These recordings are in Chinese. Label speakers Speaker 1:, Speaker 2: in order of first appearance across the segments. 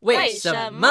Speaker 1: 为什哎么？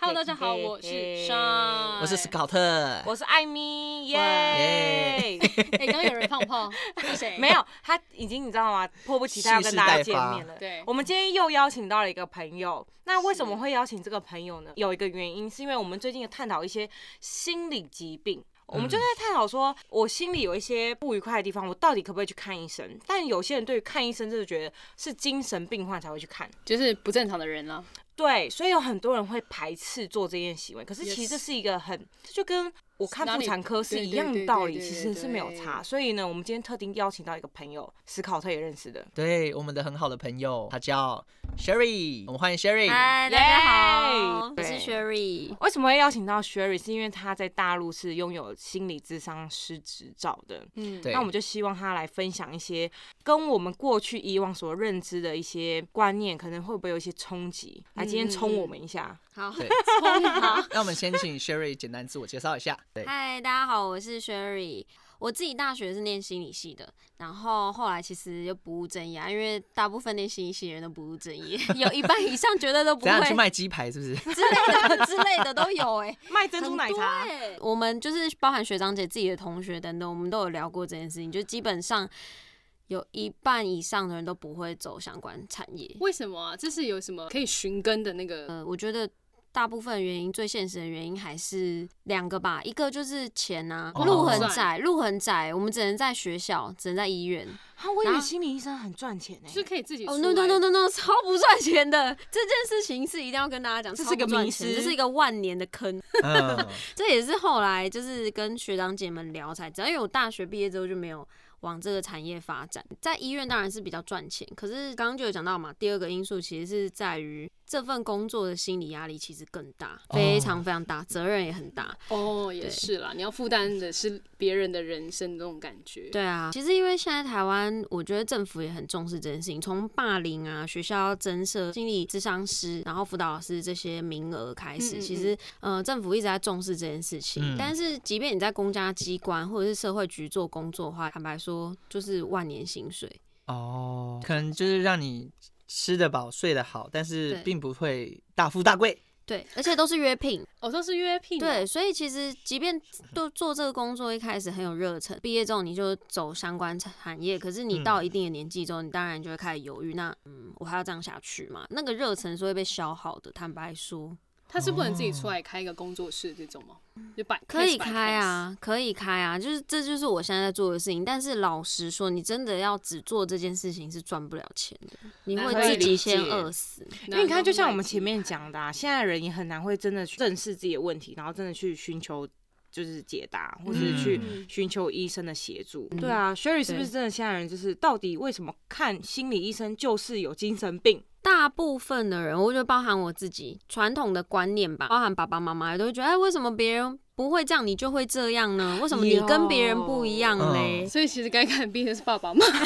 Speaker 2: ？Hello，大家好，我是尚，
Speaker 1: 我是斯，考特。
Speaker 3: 我是艾米，耶、
Speaker 1: 耶
Speaker 2: 哎，刚刚有人放炮，是谁？
Speaker 3: 没，有，他已经你知道吗？迫不及待要
Speaker 1: 蓄
Speaker 3: 跟
Speaker 1: 势
Speaker 3: 大
Speaker 1: 待
Speaker 3: 家见
Speaker 1: 发
Speaker 3: 面了。
Speaker 2: 对
Speaker 3: 我们今天又邀请到了一个朋友。那为什么会邀请这个朋友呢？有一个原因，是因为我们最近有探讨一些心理疾病。
Speaker 1: 嗯
Speaker 3: 我们就在探讨说，我心里有一些不愉快的地方，我到底可不可以去看医生？但有些人对于看医生，就是觉得是精神病患才会去看。
Speaker 2: 就是不正常的人啊了。
Speaker 3: 对，所以有很多人会排斥做这件行为，可是其
Speaker 2: Yes
Speaker 3: 实这是一个很，这就跟我看
Speaker 2: 哪
Speaker 3: 妇
Speaker 2: 里
Speaker 3: 产科是
Speaker 2: 对
Speaker 3: 一
Speaker 2: 对
Speaker 3: 样
Speaker 2: 对
Speaker 3: 的道
Speaker 2: 对
Speaker 3: 理，
Speaker 2: 对
Speaker 3: 其实是没有差。
Speaker 2: 对
Speaker 3: 所以呢，我们今天特地邀请到一个朋友，史考特也认识的，
Speaker 1: 对，我们的很好的朋友，他叫 Sherry，我们欢迎 Sherry。
Speaker 4: 嗨，大家好，我
Speaker 3: 对
Speaker 4: 是 Sherry。
Speaker 3: 为什么会邀请到 Sherry？是因为他在大陆是拥有心理智商师执照的。
Speaker 2: 嗯，
Speaker 1: 对
Speaker 3: 那我们就希望他来分享一些跟我们过去以往所认知的一些观念，可能会不会有一些冲击？来，
Speaker 2: 嗯
Speaker 3: 今天冲我们一下。
Speaker 2: 好，
Speaker 1: 对
Speaker 2: 冲啊！
Speaker 1: 那我们先请 Sherry 简单自我介绍一下。对，
Speaker 4: 嗨，大家好，我是 Sherry。我自己大学是念心理系的，然后后来其实就不务正业啊，因为大部分念心理系的人都不务正业，有一半以上绝对都不
Speaker 1: 怎样去
Speaker 4: 会
Speaker 1: 卖鸡排是不 是？
Speaker 4: 之类的之类的都有哎、
Speaker 3: 卖珍珠奶
Speaker 2: 欸
Speaker 3: 茶，啊
Speaker 4: 对，我们就是包含学长姐自己的同学等等，我们都有聊过这件事情，就基本上有一半以上的人都不会走相关产业。
Speaker 2: 为什么啊？这是有什么可以寻根的那个？
Speaker 4: 呃，我觉得大部分原因最现实的原因还是两个吧，一个就是钱啊，
Speaker 1: 哦
Speaker 4: 路
Speaker 2: 赚
Speaker 4: 很窄，路很窄，我们只能在学校，只能在医院。
Speaker 3: 啊，我以
Speaker 4: 然
Speaker 3: 为
Speaker 4: 后
Speaker 3: 心理医生很赚钱呢、欸
Speaker 2: 是可以自己
Speaker 4: 哦、
Speaker 2: 出
Speaker 4: n o
Speaker 2: 来
Speaker 4: no no no no，超不赚钱的这件事情是一定要跟大家讲，
Speaker 3: 这
Speaker 4: 超
Speaker 3: 是个
Speaker 4: 不赚
Speaker 3: 迷
Speaker 4: 钱
Speaker 3: 思
Speaker 4: 这是一个万年的坑。
Speaker 1: 嗯，
Speaker 4: 这也是后来就是跟学长姐们聊才知道，因为我大学毕业之后就没有往这个产业发展。在医院当然是比较赚钱，可是刚刚就有讲到嘛，第二个因素其实是在于这份工作的心理压力其实更大，
Speaker 1: 哦
Speaker 4: 非常非常大，责任也很大。
Speaker 2: 哦，也是啦，你要负担的是别人的人生那种感觉。
Speaker 4: 对啊，其实因为现在台湾，我觉得政府也很重视这件事情，从霸凌啊、学校要增设心理咨商师，然后辅导老师这些名额开始，
Speaker 2: 嗯嗯嗯
Speaker 4: 其实呃政府一直在重视这件事情。
Speaker 1: 嗯
Speaker 4: 但是即便你在公家机关或者是社会局做工作的话，坦白说就是万年薪水。
Speaker 1: 哦，可能就是让你吃得饱、睡得好，但是
Speaker 4: 对
Speaker 1: 并不会大富大贵。
Speaker 4: 对，而且都是约聘，
Speaker 2: 哦，都是约聘哦。
Speaker 4: 对，所以其实即便都做这个工作一开始很有热忱，毕业之后你就走相关产业，可是你
Speaker 2: 嗯
Speaker 4: 到一定的年纪之后，你当然就会开始犹豫，那嗯，我还要这样下去吗？那个热忱是会被消耗的，坦白说，
Speaker 2: 他是不能自己出来开一个工作室这种吗？就摆
Speaker 4: 可以
Speaker 2: case by
Speaker 4: 开啊，可以开啊，就是这就是我现在在做的事情。但是老实说，你真的要只做这件事情是赚不了钱的，你
Speaker 2: 难
Speaker 4: 会
Speaker 2: 怪
Speaker 4: 自己
Speaker 2: 理
Speaker 4: 先
Speaker 2: 解
Speaker 4: 饿死。
Speaker 2: case，
Speaker 3: 因
Speaker 2: 那
Speaker 3: 为你看，
Speaker 2: 那
Speaker 3: 就像我
Speaker 2: 卖
Speaker 3: 们
Speaker 2: 鸡
Speaker 3: 前面讲的、啊，现在人也很难会真的去正视自己的问题，然后真的去寻求就是解答，或是去
Speaker 2: 嗯
Speaker 3: 寻求医生的协助。
Speaker 4: 嗯
Speaker 3: 对啊，Sherry 是不是真的现在人就是到底为什么看心理医生就是有精神病？
Speaker 4: 大部分的人，我觉得包含我自己传统的观念吧，包含爸爸妈妈也都会觉得，哎，为什么别人不会这样，你就会这样呢？为什么你
Speaker 3: 有
Speaker 4: 跟别人不一
Speaker 1: 嗯
Speaker 4: 样嘞？
Speaker 2: 所以其实该看病的是爸爸妈妈。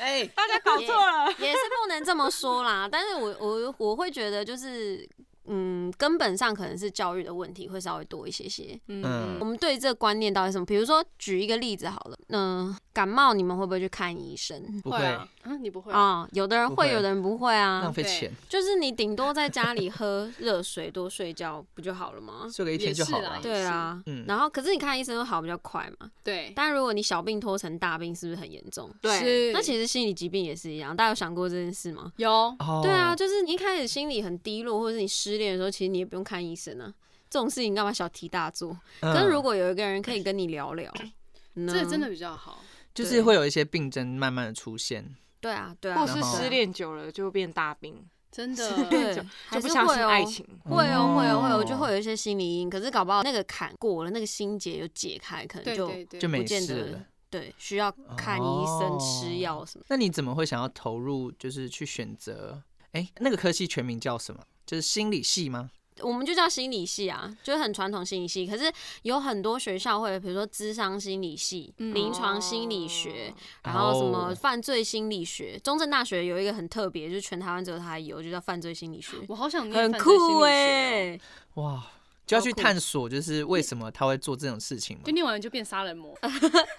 Speaker 1: 哎，
Speaker 3: 大家搞错了，
Speaker 4: 也是不能这么说啦。 但是我我我会觉得就是。嗯，根本上可能是教育的问题会稍微多一些些。
Speaker 1: 嗯
Speaker 4: 我们对这个观念到底是什么？比如说，举一个例子好了，嗯、感冒你们会不会去看医生？
Speaker 1: 不会
Speaker 2: 啊，啊你不会啊？
Speaker 4: 啊、有的人
Speaker 1: 不
Speaker 4: 会，
Speaker 1: 会
Speaker 4: 有的人不会
Speaker 1: 浪
Speaker 4: 啊。
Speaker 1: 费
Speaker 2: 对
Speaker 1: 钱，
Speaker 4: 就是你顶多在家里喝热水，多睡觉不就好了吗？
Speaker 1: 睡个一天就好
Speaker 2: 也是
Speaker 1: 了
Speaker 2: 啦。
Speaker 4: 对啊，
Speaker 1: 嗯
Speaker 4: 然后可是你看医生都好比较快嘛，
Speaker 2: 对，
Speaker 4: 但如果你小病拖成大病，是不是很严重？
Speaker 3: 对，
Speaker 2: 是
Speaker 4: 那其实心理疾病也是一样，大家有想过这件事吗？
Speaker 2: 有
Speaker 1: 哦，
Speaker 4: 对啊，，就是你一开始心里很低落，或者是你失恋的时候，其实你也不用看医生啊。这种事情干嘛小题大做？可
Speaker 3: 嗯
Speaker 4: 是如
Speaker 1: 果
Speaker 4: 果有一个人可以跟你聊聊，呢
Speaker 2: 这真的比较好。
Speaker 1: 就是会有一些病症慢慢的出现，
Speaker 4: 对啊，对啊，
Speaker 3: 或是
Speaker 1: 然后
Speaker 3: 失恋久了就变大病，
Speaker 2: 真
Speaker 3: 对
Speaker 2: 的，
Speaker 4: 对
Speaker 3: 就，
Speaker 4: 还
Speaker 3: 就是不相
Speaker 4: 会
Speaker 3: 信
Speaker 4: 哦
Speaker 3: 爱情。
Speaker 4: 会哦，会哦，会
Speaker 1: 哦
Speaker 4: 哦，就会有一些心理阴影。可是搞不好那个坎过了，那个心结有解开，可能
Speaker 2: 对
Speaker 4: 就
Speaker 2: 对对，
Speaker 1: 就没
Speaker 4: 不见
Speaker 1: 事
Speaker 4: 得
Speaker 1: 了。
Speaker 4: 对需要看医生、
Speaker 3: 哦
Speaker 4: 吃药什么。
Speaker 1: 那你怎么会想要投入，就是去选择？哎、那个科系全名叫什么？就是心理系吗？
Speaker 4: 我们就叫心理系啊，就是很传统心理系。可是有很多学校会，比如说智商心理系、
Speaker 5: 嗯
Speaker 4: 临床心理学，然后什么
Speaker 1: 哦
Speaker 4: 犯罪心理学。中正大学有一个很特别，就是全台湾只有它有，就叫犯罪心理学，
Speaker 2: 我好想念
Speaker 4: 很
Speaker 2: 犯罪心
Speaker 4: 酷
Speaker 2: 理学哦
Speaker 4: 哎、
Speaker 1: 哇，就要去
Speaker 4: 超酷
Speaker 1: 探索，就是为什么他会做这种事情嘛
Speaker 2: 就？念完就变杀人魔，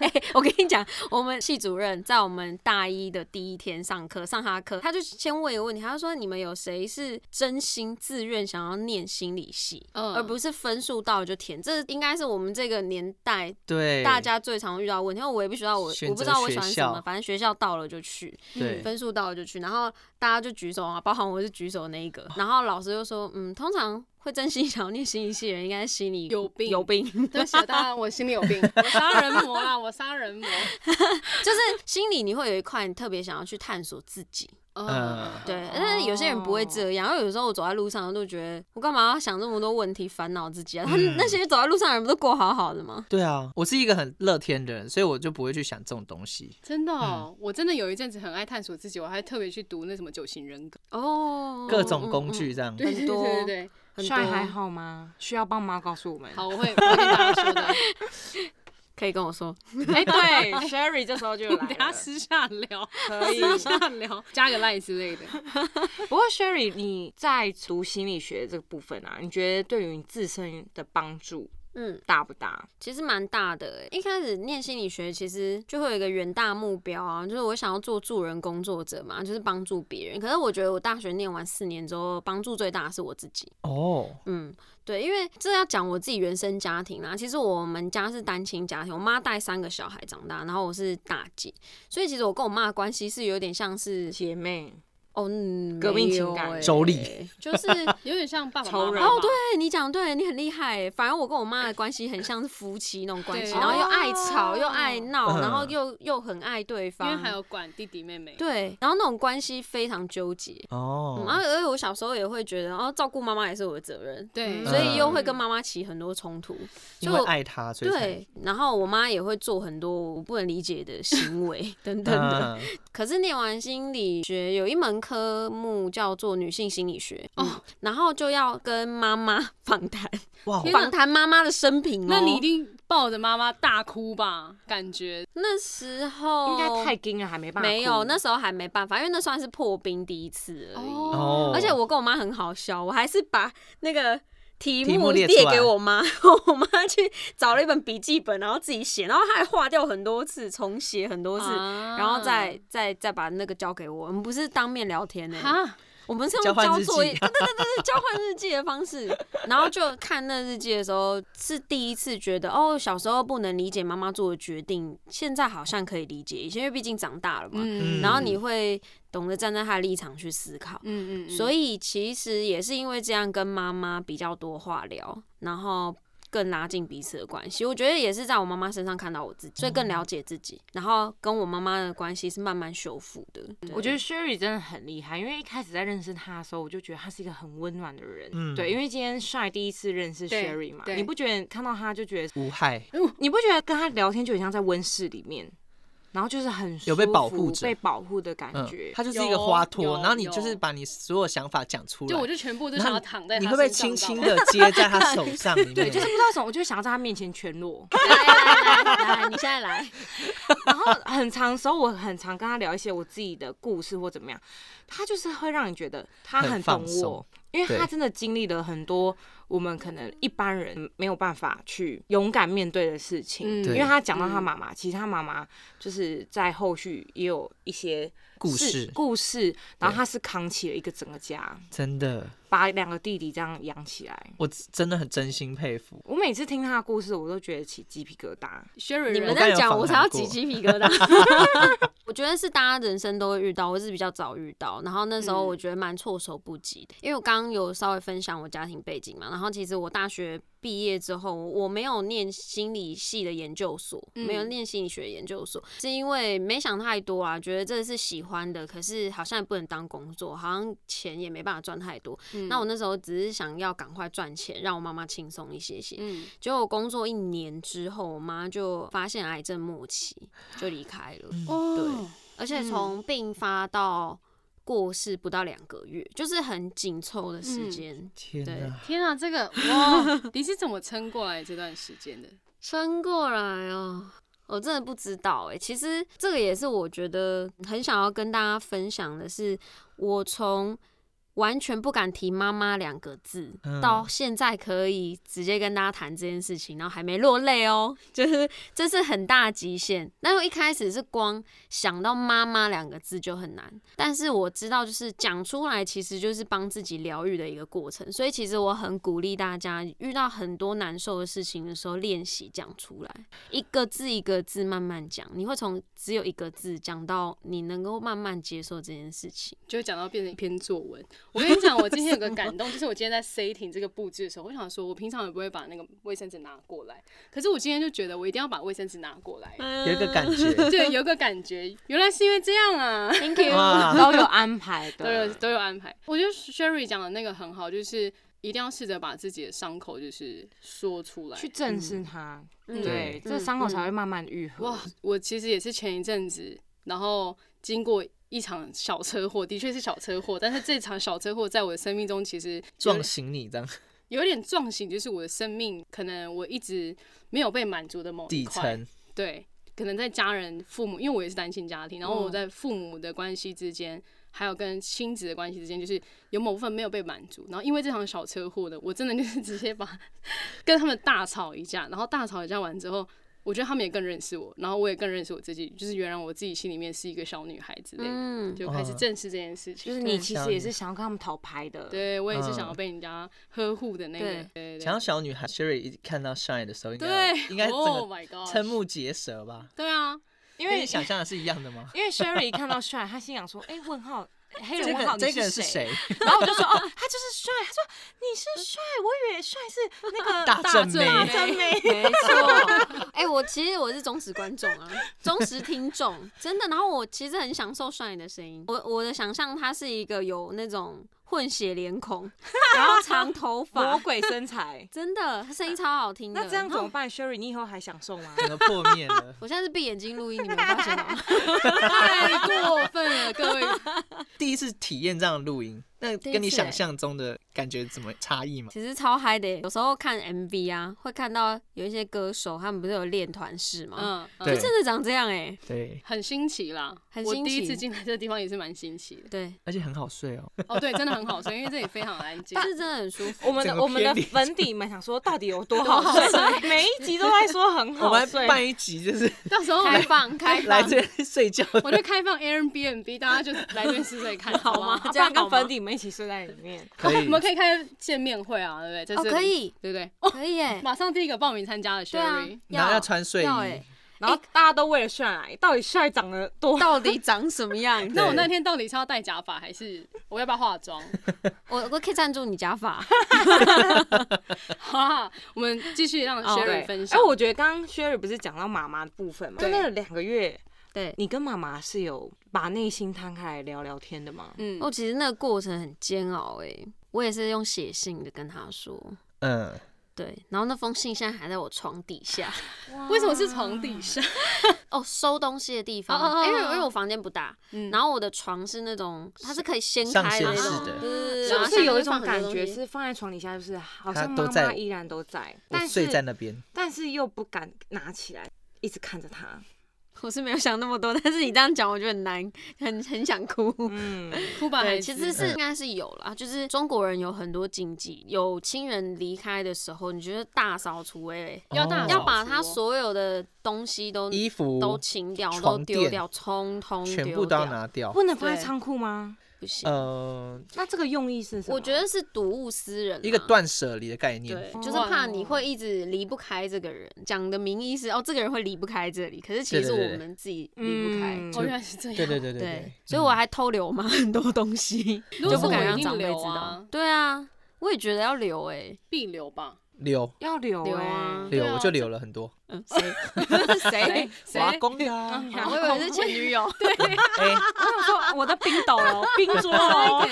Speaker 4: 哎、 我跟你讲，我们系主任在我们大一的第一天上课，上他课，他就先问一个问题，他就说：“你们有谁是真心自愿想要念心理系，
Speaker 2: 嗯
Speaker 4: 而不是分数到了就填？”这应该是我们这个年代
Speaker 1: 对，
Speaker 4: 大家最常遇到的问题。因为我也不知道我，
Speaker 1: 选
Speaker 4: 我不知道
Speaker 1: 择
Speaker 4: 我喜
Speaker 1: 学
Speaker 4: 欢什么，
Speaker 1: 校
Speaker 4: 反正学校到了就去，
Speaker 1: 对
Speaker 4: 分数到了就去，然后大家就举手啊，包含我是举手那一
Speaker 1: 哦
Speaker 4: 个， 然后老师就说：“嗯，通常会真心想要念心理系的人，应该是心理
Speaker 2: 有病
Speaker 4: 有病。”
Speaker 2: 对不起啊，大家我心里有病，我杀人魔啦，我杀人魔。
Speaker 4: 就是心里你会有一块你特别想要去探索自己，
Speaker 2: 嗯，
Speaker 4: 对。但是有些人不会这样，因为有时候我走在路上，我都觉得我干嘛要想这么多问题，烦恼自己啊？他
Speaker 1: 嗯
Speaker 4: 们那些走在路上的人不都过好好的吗？
Speaker 1: 对啊，我是一个很乐天的人，所以我就不会去想这种东西。
Speaker 2: 真的、哦，我真的有一阵子很爱探索自己，我还特别去读那什么九型人格，
Speaker 4: 哦，
Speaker 1: 各种工具这样，
Speaker 2: 对对
Speaker 4: 很多
Speaker 2: 对对对。
Speaker 4: 很多
Speaker 3: 帅还好吗？需要帮忙告诉我们。
Speaker 2: 好，我会我会跟大家说的，
Speaker 4: 可以跟我说，
Speaker 3: 哎， 对，Sherry 这时候就来
Speaker 2: 等一下
Speaker 3: 了，
Speaker 2: 私下聊，
Speaker 3: 可以。
Speaker 2: 私下聊， 加个赖之类的。
Speaker 3: 不过 Sherry，你在读心理学这个部分啊，你觉得对于你自身的帮助
Speaker 4: 嗯，
Speaker 3: 大不大？
Speaker 4: 其实蛮大的欸。一开始念心理学，其实就会有一个远大目标啊，就是我想要做助人工作者嘛，就是帮助别人。可是我觉得我大学念完四年之后，帮助最大的是我自己。
Speaker 1: 哦，
Speaker 4: 嗯，对，因为这要讲我自己原生家庭啦。其实我们家是单亲家庭，我妈带三个小孩长大，然后我是大姐，所以其实我跟我妈的关系是有点像是
Speaker 3: 姐妹，
Speaker 4: 哦，嗯
Speaker 3: 革命
Speaker 4: 没
Speaker 3: 情
Speaker 4: 有
Speaker 3: 感
Speaker 4: 欸
Speaker 1: 妯娌
Speaker 4: 就是。对
Speaker 2: 有点像爸爸
Speaker 3: 仇
Speaker 2: 妈妈
Speaker 3: 人
Speaker 2: 吧
Speaker 3: 嘛
Speaker 4: 你讲对，你很厉害欸。反而我跟我妈的关系很像是夫妻那种关系，
Speaker 2: 对哦
Speaker 4: 然后又爱吵又爱闹，
Speaker 1: 嗯
Speaker 4: 然后又又很爱对
Speaker 2: 因
Speaker 4: 方，
Speaker 2: 为还有管弟弟妹妹。
Speaker 4: 对，然后那种关系非常纠结。嗯，然
Speaker 1: 哦，
Speaker 4: 后而且我小时候也会觉得，哦，照顾妈妈也是我的责任，
Speaker 2: 对
Speaker 4: 所以又会跟
Speaker 2: 嗯
Speaker 4: 妈妈起很多冲突。
Speaker 1: 因
Speaker 4: 就
Speaker 1: 为爱他，所以才
Speaker 4: 对，然后我妈也会做很多我不能理解的行 为等等的。
Speaker 1: 嗯
Speaker 4: 可是念完心理学有一门科目叫做女性心理学哦、嗯然后就要跟妈妈 访谈，
Speaker 1: 哇，
Speaker 2: 天哪
Speaker 4: 访谈妈妈的生平、哦。
Speaker 2: 那你一定抱着妈妈大哭吧？感觉
Speaker 4: 那时候
Speaker 3: 应该太硬了，哦还没办法哭。
Speaker 4: 没有，那时候还没办法，因为那算是破冰第一次而已。
Speaker 1: 哦
Speaker 4: 而且我跟我妈很好笑，我还是把那个题
Speaker 1: 题
Speaker 4: 目
Speaker 1: 目列
Speaker 4: 列
Speaker 1: 出来
Speaker 4: 给我妈， 我妈去找了一本笔记本，然后自己写，然后她还划掉很多次，重写很多次，
Speaker 2: 啊
Speaker 4: 然后再再再把那个交给我。我们不是当面聊天欸呢、
Speaker 2: 哈，
Speaker 4: 我们是用
Speaker 1: 交换
Speaker 4: 交
Speaker 1: 日
Speaker 4: 作业，
Speaker 1: 记
Speaker 4: 对对对对，交换日记的方式。然后就看那日记的时候，是第一次觉得哦，小时候不能理解妈妈做的决定，现在好像可以理解一些，因为毕竟长大了嘛。
Speaker 2: 嗯
Speaker 4: 然后你会懂得站在她的立场去思考。
Speaker 2: 嗯嗯，
Speaker 4: 所以其实也是因为这样，跟妈妈比较多话聊，然后更拉近彼此的关系。我觉得也是在我妈妈身上看到我自己，所以更了解自己，然后跟我妈妈的关系是慢慢修复的。
Speaker 3: 我觉得 Sherry 真的很厉害，因为一开始在认识他的时候，我就觉得他是一个很温暖的人。
Speaker 1: 嗯
Speaker 3: 对，因为今天 Shy 第一次认识
Speaker 2: 对
Speaker 3: Sherry 嘛，
Speaker 2: 对
Speaker 3: 你不觉得看到他就觉得，
Speaker 1: 无害，
Speaker 3: 你不觉得跟他聊天就很像在温室里面，然后就是很
Speaker 1: 有被
Speaker 3: 舒
Speaker 1: 保
Speaker 3: 服
Speaker 1: 护着
Speaker 3: 被保护的感
Speaker 1: 嗯
Speaker 3: 觉，。
Speaker 1: 他就是一
Speaker 2: 有
Speaker 1: 个花托，
Speaker 2: 有
Speaker 1: 然后你就是
Speaker 2: 有
Speaker 1: 把你所有想法讲出来，
Speaker 2: 就我就全部都
Speaker 1: 然
Speaker 2: 想
Speaker 1: 后
Speaker 2: 要躺在
Speaker 1: 你
Speaker 2: 他
Speaker 1: 会不会
Speaker 2: 身
Speaker 1: 轻
Speaker 2: 上
Speaker 1: 轻
Speaker 2: 吧
Speaker 1: 的接在他手上里面？
Speaker 3: 对，就是不知道为什么，我就想要在他面前全裸。
Speaker 4: 来来来来，你现在来，
Speaker 3: 然后很长的时候，我很常跟他聊一些我自己的故事或怎么样，他就是会让你觉得他
Speaker 1: 很
Speaker 3: 很
Speaker 1: 放
Speaker 3: 懂我
Speaker 1: 松，
Speaker 3: 因为他
Speaker 1: 对
Speaker 3: 真的经历了很多我们可能一般人没有办法去勇敢面对的事情。
Speaker 2: 嗯
Speaker 3: 因
Speaker 1: 对
Speaker 3: 为他讲到他妈妈，其实他妈妈就是在后续也有一些
Speaker 1: 故事，
Speaker 3: 故事，然后
Speaker 1: 对
Speaker 3: 他是扛起了一个整个家，
Speaker 1: 真的，
Speaker 3: 把两个弟弟这样养起来。
Speaker 1: 我真的很真心佩服。
Speaker 3: 我每次听他的故事，我都觉得起鸡皮疙瘩。
Speaker 2: Sherry
Speaker 4: 你们
Speaker 2: 人
Speaker 4: 这样
Speaker 1: 我刚
Speaker 4: 讲，
Speaker 1: 有
Speaker 4: 我才要
Speaker 1: 访谈过
Speaker 4: 起鸡皮疙瘩。 我觉得是大家人生都会遇到，我是比较早遇到，然后那时候
Speaker 2: 嗯
Speaker 4: 我觉得蛮措手不及的，因为我刚刚有稍微分享我家庭背景嘛，然后其实我大学毕业之后，我没有念心理系的研究所，
Speaker 2: 嗯
Speaker 4: 没有念心理学研究所，是因为没想太多啊，觉得这是喜欢的，可是好像也不能当工作，好像钱也没办法赚太多。
Speaker 2: 嗯
Speaker 4: 那我那时候只是想要赶快赚钱，让我妈妈轻松一些些。
Speaker 2: 嗯，
Speaker 4: 结果我工作一年之后，我妈就发现癌症末期，就离开了。
Speaker 1: 嗯
Speaker 2: 哦，
Speaker 4: 而且从病发到过世不到两个月，就是很紧凑的时间
Speaker 1: 天哪！
Speaker 2: 天啊，这 个哇，你是怎么撑过来这段时间的？
Speaker 4: 穿过来哦。我真的不知道哎、其实这个也是我觉得很想要跟大家分享的是，我从完全不敢提妈妈两个字，
Speaker 1: 嗯
Speaker 4: 到现在可以直接跟大家谈这件事情，然后还没落泪哦， 就是这是很大的极限。那我一开始是光想到妈妈两个字就很难，但是我知道就是讲出来，其实就是帮自己疗愈的一个过程。所以其实我很鼓励大家，遇到很多难受的事情的时候，练习讲出来，一个字一个字慢慢讲，你会从只有一个字讲到你能够慢慢接受这件事情。
Speaker 2: 就讲到变成一篇作文。我跟你讲，我今天有个感 动，就是我今天在 setting 这个布置的时候，我想说，我平常也不会把那个卫生纸拿过来，可是我今天就觉得我一定要把卫生纸拿过来。
Speaker 4: 哎
Speaker 1: 有一个感觉，
Speaker 2: 对，有个感觉，原来是因为这样啊。
Speaker 4: Thank you。
Speaker 1: 哇，
Speaker 3: 都有安排
Speaker 2: 都有
Speaker 3: 的。
Speaker 2: 都有安排。我觉得 Sherry 讲的那个很好，就是一定要试着把自己的伤口就是说出来
Speaker 3: 去。正视它，
Speaker 4: 嗯
Speaker 3: 对，这伤口才会慢慢愈合。
Speaker 2: 哇，我其实也是前一阵子，然后经过一场小车祸，的确是小车祸，但是这场小车祸在我的生命中其实有
Speaker 1: 撞醒你这样，
Speaker 2: 有点撞醒，就是我的生命可能我一直没有被满足的某一
Speaker 1: 底
Speaker 2: 块，
Speaker 1: 层
Speaker 2: 对，可能在家人、父母，因为我也是单亲家庭，然后
Speaker 4: 嗯
Speaker 2: 我在父母的关系之间，还有跟亲子的关系之间，就是有某部分没有被满足。然后因为这场小车祸呢，我真的就是直接把跟他们大吵一架，然后大吵一架完之后。我觉得他们也更认识我，然后我也更认识我自己，就是原来我自己心里面是一个小女孩之类的，
Speaker 4: 嗯，
Speaker 2: 就开始
Speaker 1: 嗯
Speaker 2: 正视这件事情。
Speaker 3: 就是你其实也是想要跟他们讨牌的，
Speaker 2: 对我也是
Speaker 1: 嗯
Speaker 2: 想要被人家呵护的那个，
Speaker 3: 对
Speaker 2: 对对
Speaker 1: 想要小女孩 Sherry 一看到 Shine 的时候，应该
Speaker 2: 对，
Speaker 1: 应该整
Speaker 2: Oh
Speaker 1: 个
Speaker 2: my God，
Speaker 1: 瞠目结舌吧？
Speaker 2: 对啊，
Speaker 3: 因
Speaker 1: 因
Speaker 3: 为
Speaker 1: 你想象的是一样的吗？
Speaker 3: 因为 Sherry 一看到 Shy，他心想说：“哎，问号，黑
Speaker 1: 这
Speaker 3: 人问
Speaker 1: 个
Speaker 3: 号，你
Speaker 1: 这个人是
Speaker 3: 谁？”
Speaker 1: 谁？
Speaker 3: 然后我就说：“哦，他就是帅。”他说：“你是帅，我以为帅是那个
Speaker 1: 大正妹
Speaker 3: 大正妹。
Speaker 4: 没 错，哎、我其实我是忠实观众啊，忠实听众，真的。然后我其实很享受帅的声音，我我的想象他是一个有那种混血脸孔，然后长头
Speaker 3: 魔
Speaker 4: 发，。
Speaker 3: 鬼身材
Speaker 4: 真的，他声音超好听的。
Speaker 3: 那这样怎么
Speaker 4: 哦
Speaker 3: 办，Sherry？你以后还想送吗？
Speaker 1: 整个破灭了。
Speaker 4: 我现在是闭眼睛录音，你们有发现 吗？
Speaker 2: 太过分了，各 位。
Speaker 1: 第一次体验这样的露营，那
Speaker 4: 第一
Speaker 1: 跟你
Speaker 4: 次欸
Speaker 1: 想象中的感觉怎么差异吗？
Speaker 4: 其实超嗨的耶，有时候看 MV 啊，会看到有一些歌手他们不是有练团式吗？
Speaker 2: 嗯，嗯
Speaker 1: 对
Speaker 4: 就真的长这样哎，
Speaker 1: 对，
Speaker 2: 很新奇啦，
Speaker 4: 很
Speaker 2: 我
Speaker 4: 新
Speaker 2: 第一
Speaker 4: 奇
Speaker 2: 次进来这个地方也是蛮新 奇的。
Speaker 4: 对，
Speaker 1: 而且很好睡哦。
Speaker 2: 哦，对，真的很好睡，因为这里非常安静。
Speaker 4: 是真的很舒服。
Speaker 3: 我们
Speaker 1: 整
Speaker 3: 的
Speaker 1: 个
Speaker 3: 我们的
Speaker 1: 偏离
Speaker 3: 粉底们想说到底有多好睡， 每一集都在说很
Speaker 1: 我
Speaker 3: 好
Speaker 1: 们还
Speaker 3: 睡。
Speaker 1: 办一集，就是
Speaker 2: 到时候我
Speaker 4: 开
Speaker 2: 们
Speaker 4: 放开 放，
Speaker 1: 来这边睡觉
Speaker 2: 我就开放 Airbnb，大家就来这边试睡看，好吗？
Speaker 3: 啊不
Speaker 4: 这样
Speaker 3: 然跟
Speaker 4: 好吗
Speaker 3: 粉底们一起睡在里面，
Speaker 1: 可
Speaker 2: 我
Speaker 1: 以
Speaker 2: 们可以开见面会啊，对不对？
Speaker 4: 哦，
Speaker 2: 这是
Speaker 4: 可，以，
Speaker 2: 对不对？
Speaker 4: 可以 哎，
Speaker 2: 马上第一个报名参加的
Speaker 4: 对啊
Speaker 2: Sherry，，
Speaker 1: 然后
Speaker 4: 要
Speaker 1: 要穿睡
Speaker 4: 要欸
Speaker 1: 衣，
Speaker 3: 然后大家都为了帅来，到底帅长得多
Speaker 4: 到底长什么 样？
Speaker 2: 那我
Speaker 1: 对
Speaker 2: 那天到底是要戴假发，还是我要不要化妆？
Speaker 4: 我我可以赞助你假 发，
Speaker 2: 好啦，我们继续让
Speaker 4: 哦对
Speaker 2: Sherry 分享。
Speaker 3: 哎，我觉得刚刚 Sherry 不是讲到妈妈的部分吗？
Speaker 2: 对
Speaker 3: 真的两个月，
Speaker 4: 对。
Speaker 3: 你跟妈妈是有把内心摊开来聊聊天的吗？
Speaker 2: 嗯，
Speaker 4: 哦，其实那个过程很煎熬哎、我也是用写信的跟他说，
Speaker 1: 嗯，
Speaker 4: 对，然后那封信现在还在我床底下，
Speaker 2: 为什么是床底下？
Speaker 4: 哦，收东西的地方，
Speaker 2: 哦哦哦
Speaker 4: 因为
Speaker 2: 哦
Speaker 4: 因为我房间不大，
Speaker 2: 嗯
Speaker 4: 然后我的床是那种它是可以掀
Speaker 1: 上
Speaker 4: 开的
Speaker 1: 掀
Speaker 4: 那
Speaker 1: 式
Speaker 4: 种，
Speaker 1: 的
Speaker 4: 对对对，
Speaker 3: 是
Speaker 4: 然
Speaker 3: 不
Speaker 4: 后
Speaker 3: 是
Speaker 4: 下
Speaker 3: 有一
Speaker 4: 面
Speaker 3: 种
Speaker 4: 放很
Speaker 3: 感
Speaker 4: 多
Speaker 3: 觉
Speaker 4: 东西？
Speaker 3: 是放在床底下，就是好像
Speaker 1: 它都
Speaker 3: 妈
Speaker 1: 在
Speaker 3: 妈依然都在，
Speaker 1: 我
Speaker 3: 但
Speaker 1: 睡在
Speaker 3: 是
Speaker 1: 那边，
Speaker 3: 但是又不敢拿起来，一直看着他。
Speaker 4: 我是没有想那么多，但 是你这样讲，我就很难，很很想哭。
Speaker 3: 嗯，
Speaker 2: 哭吧，
Speaker 4: 对，
Speaker 2: 孩
Speaker 4: 其
Speaker 2: 子
Speaker 4: 实
Speaker 1: 嗯
Speaker 4: 是应该是有啦，就是中国人有很多禁忌，有亲人离开的时候，你觉得大扫除哎、
Speaker 2: 要大
Speaker 1: 哦
Speaker 4: 要把他
Speaker 2: 除哦
Speaker 4: 所有的东西都
Speaker 1: 衣服
Speaker 4: 都清掉，都
Speaker 1: 床
Speaker 4: 丢
Speaker 1: 垫
Speaker 4: 掉，通通
Speaker 1: 全
Speaker 4: 丢
Speaker 1: 部都要
Speaker 4: 掉
Speaker 1: 拿掉。
Speaker 3: 不能放在
Speaker 4: 对
Speaker 3: 仓库吗？
Speaker 4: 不行。
Speaker 1: 呃，啊
Speaker 3: 那这个用意是什么？
Speaker 4: 我觉得是睹物思人、啊，
Speaker 1: 一个断舍离的概念
Speaker 4: 对，，就是怕你会一直离不开这个人。讲的名义是哦，这个人会离不开这里，可是其
Speaker 1: 对
Speaker 4: 实
Speaker 1: 对对
Speaker 4: 我们自己离不开。
Speaker 3: 嗯
Speaker 2: 哦，原来是这样。
Speaker 1: 对对对对
Speaker 4: 对
Speaker 1: 对，，嗯
Speaker 4: 所以我还偷留我妈 很多东西，
Speaker 2: 如
Speaker 4: 就
Speaker 2: 果
Speaker 4: 不敢
Speaker 2: 是我
Speaker 4: 让
Speaker 2: 一定
Speaker 4: 长辈
Speaker 2: 留
Speaker 4: 知道
Speaker 2: 啊。
Speaker 4: 对啊，我也觉得要留哎、
Speaker 2: 必留吧。
Speaker 1: 嗯留
Speaker 3: 要留
Speaker 4: 留
Speaker 3: 欸
Speaker 4: 啊
Speaker 1: 留
Speaker 2: 对啊
Speaker 1: 我就留了很多，
Speaker 4: 嗯，谁 谁？
Speaker 2: 谁
Speaker 1: 挖工的啊，
Speaker 3: 欸
Speaker 4: 啊我以为是前女友，
Speaker 1: 哎，
Speaker 3: 我想说我的冰斗哦，冰桌哦，